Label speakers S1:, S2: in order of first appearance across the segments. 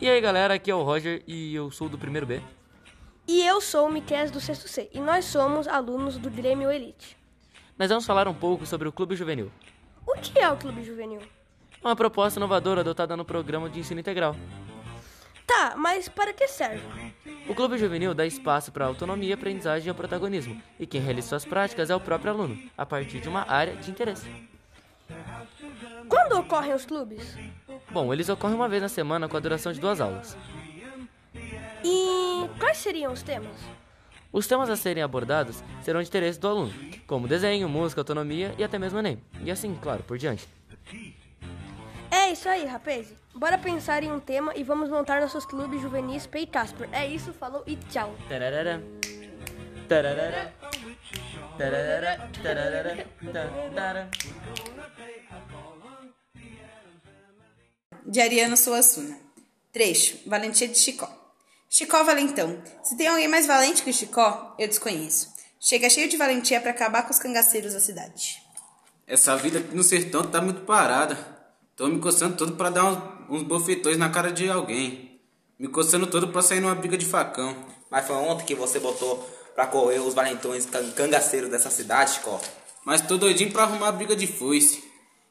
S1: E aí galera, aqui é o Roger e eu sou do primeiro B.
S2: E eu sou o Miquel do Sexto C e nós somos alunos do Grêmio Elite.
S1: Nós vamos falar um pouco sobre o Clube Juvenil.
S2: O que é o Clube Juvenil?
S1: É Uma proposta inovadora adotada no programa de ensino integral.
S2: Tá, mas para que serve?
S1: O Clube Juvenil dá espaço para autonomia, aprendizagem e ao protagonismo, e quem realiza suas práticas é o próprio aluno, a partir de uma área de interesse.
S2: Quando ocorrem os clubes?
S1: Bom, eles ocorrem uma vez na semana com a duração de duas aulas.
S2: E quais seriam os temas?
S1: Os temas a serem abordados serão de interesse do aluno, como desenho, música, autonomia e até mesmo Enem. E assim, claro, por diante.
S2: É isso aí, rapaz. Bora pensar em um tema e vamos montar nossos clubes juvenis Pei Casper. É isso, falou e tchau.
S1: Tararara. Tararara. Tararara. Tararara. Tararara.
S3: de Ariano Suassuna. Trecho: Valentia de Chicó. Chicó valentão. Se tem alguém mais valente que o Chicó, eu desconheço. Chega cheio de valentia pra acabar com os cangaceiros da cidade.
S4: Essa vida aqui no sertão tá muito parada. Tô me coçando todo pra dar uns, uns bofetões na cara de alguém. Me coçando todo pra sair numa briga de facão.
S5: Mas foi ontem que você botou pra correr os valentões can- cangaceiros dessa cidade, Chicó.
S4: Mas tô doidinho pra arrumar briga de foice.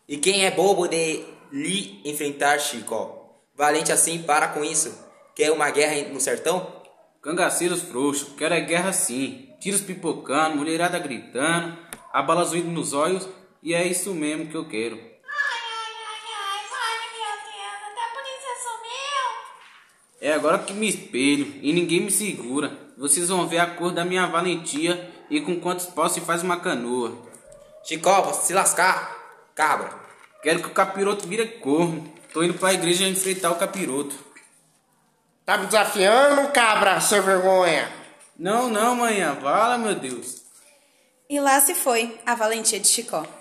S5: E quem é bobo de lhe enfrentar, Chicó? Valente assim, para com isso. Quer uma guerra no sertão?
S4: Cangaceiros frouxos, quero é guerra sim. Tiros pipocando, mulherada gritando, a bala zoando nos olhos, e é isso mesmo que eu quero.
S6: Ai, ai, ai, ai, vai, meu Deus, até a polícia sumiu.
S4: É agora que me espelho e ninguém me segura. Vocês vão ver a cor da minha valentia e com quantos paus se faz uma canoa.
S5: Chicó, você se lascar, cabra.
S4: Quero que o capiroto vire corno. Tô indo pra igreja enfrentar o capiroto.
S7: Tá me desafiando, cabra, seu vergonha?
S4: Não, não, manhã. Vala, meu Deus.
S3: E lá se foi a valentia de Chicó.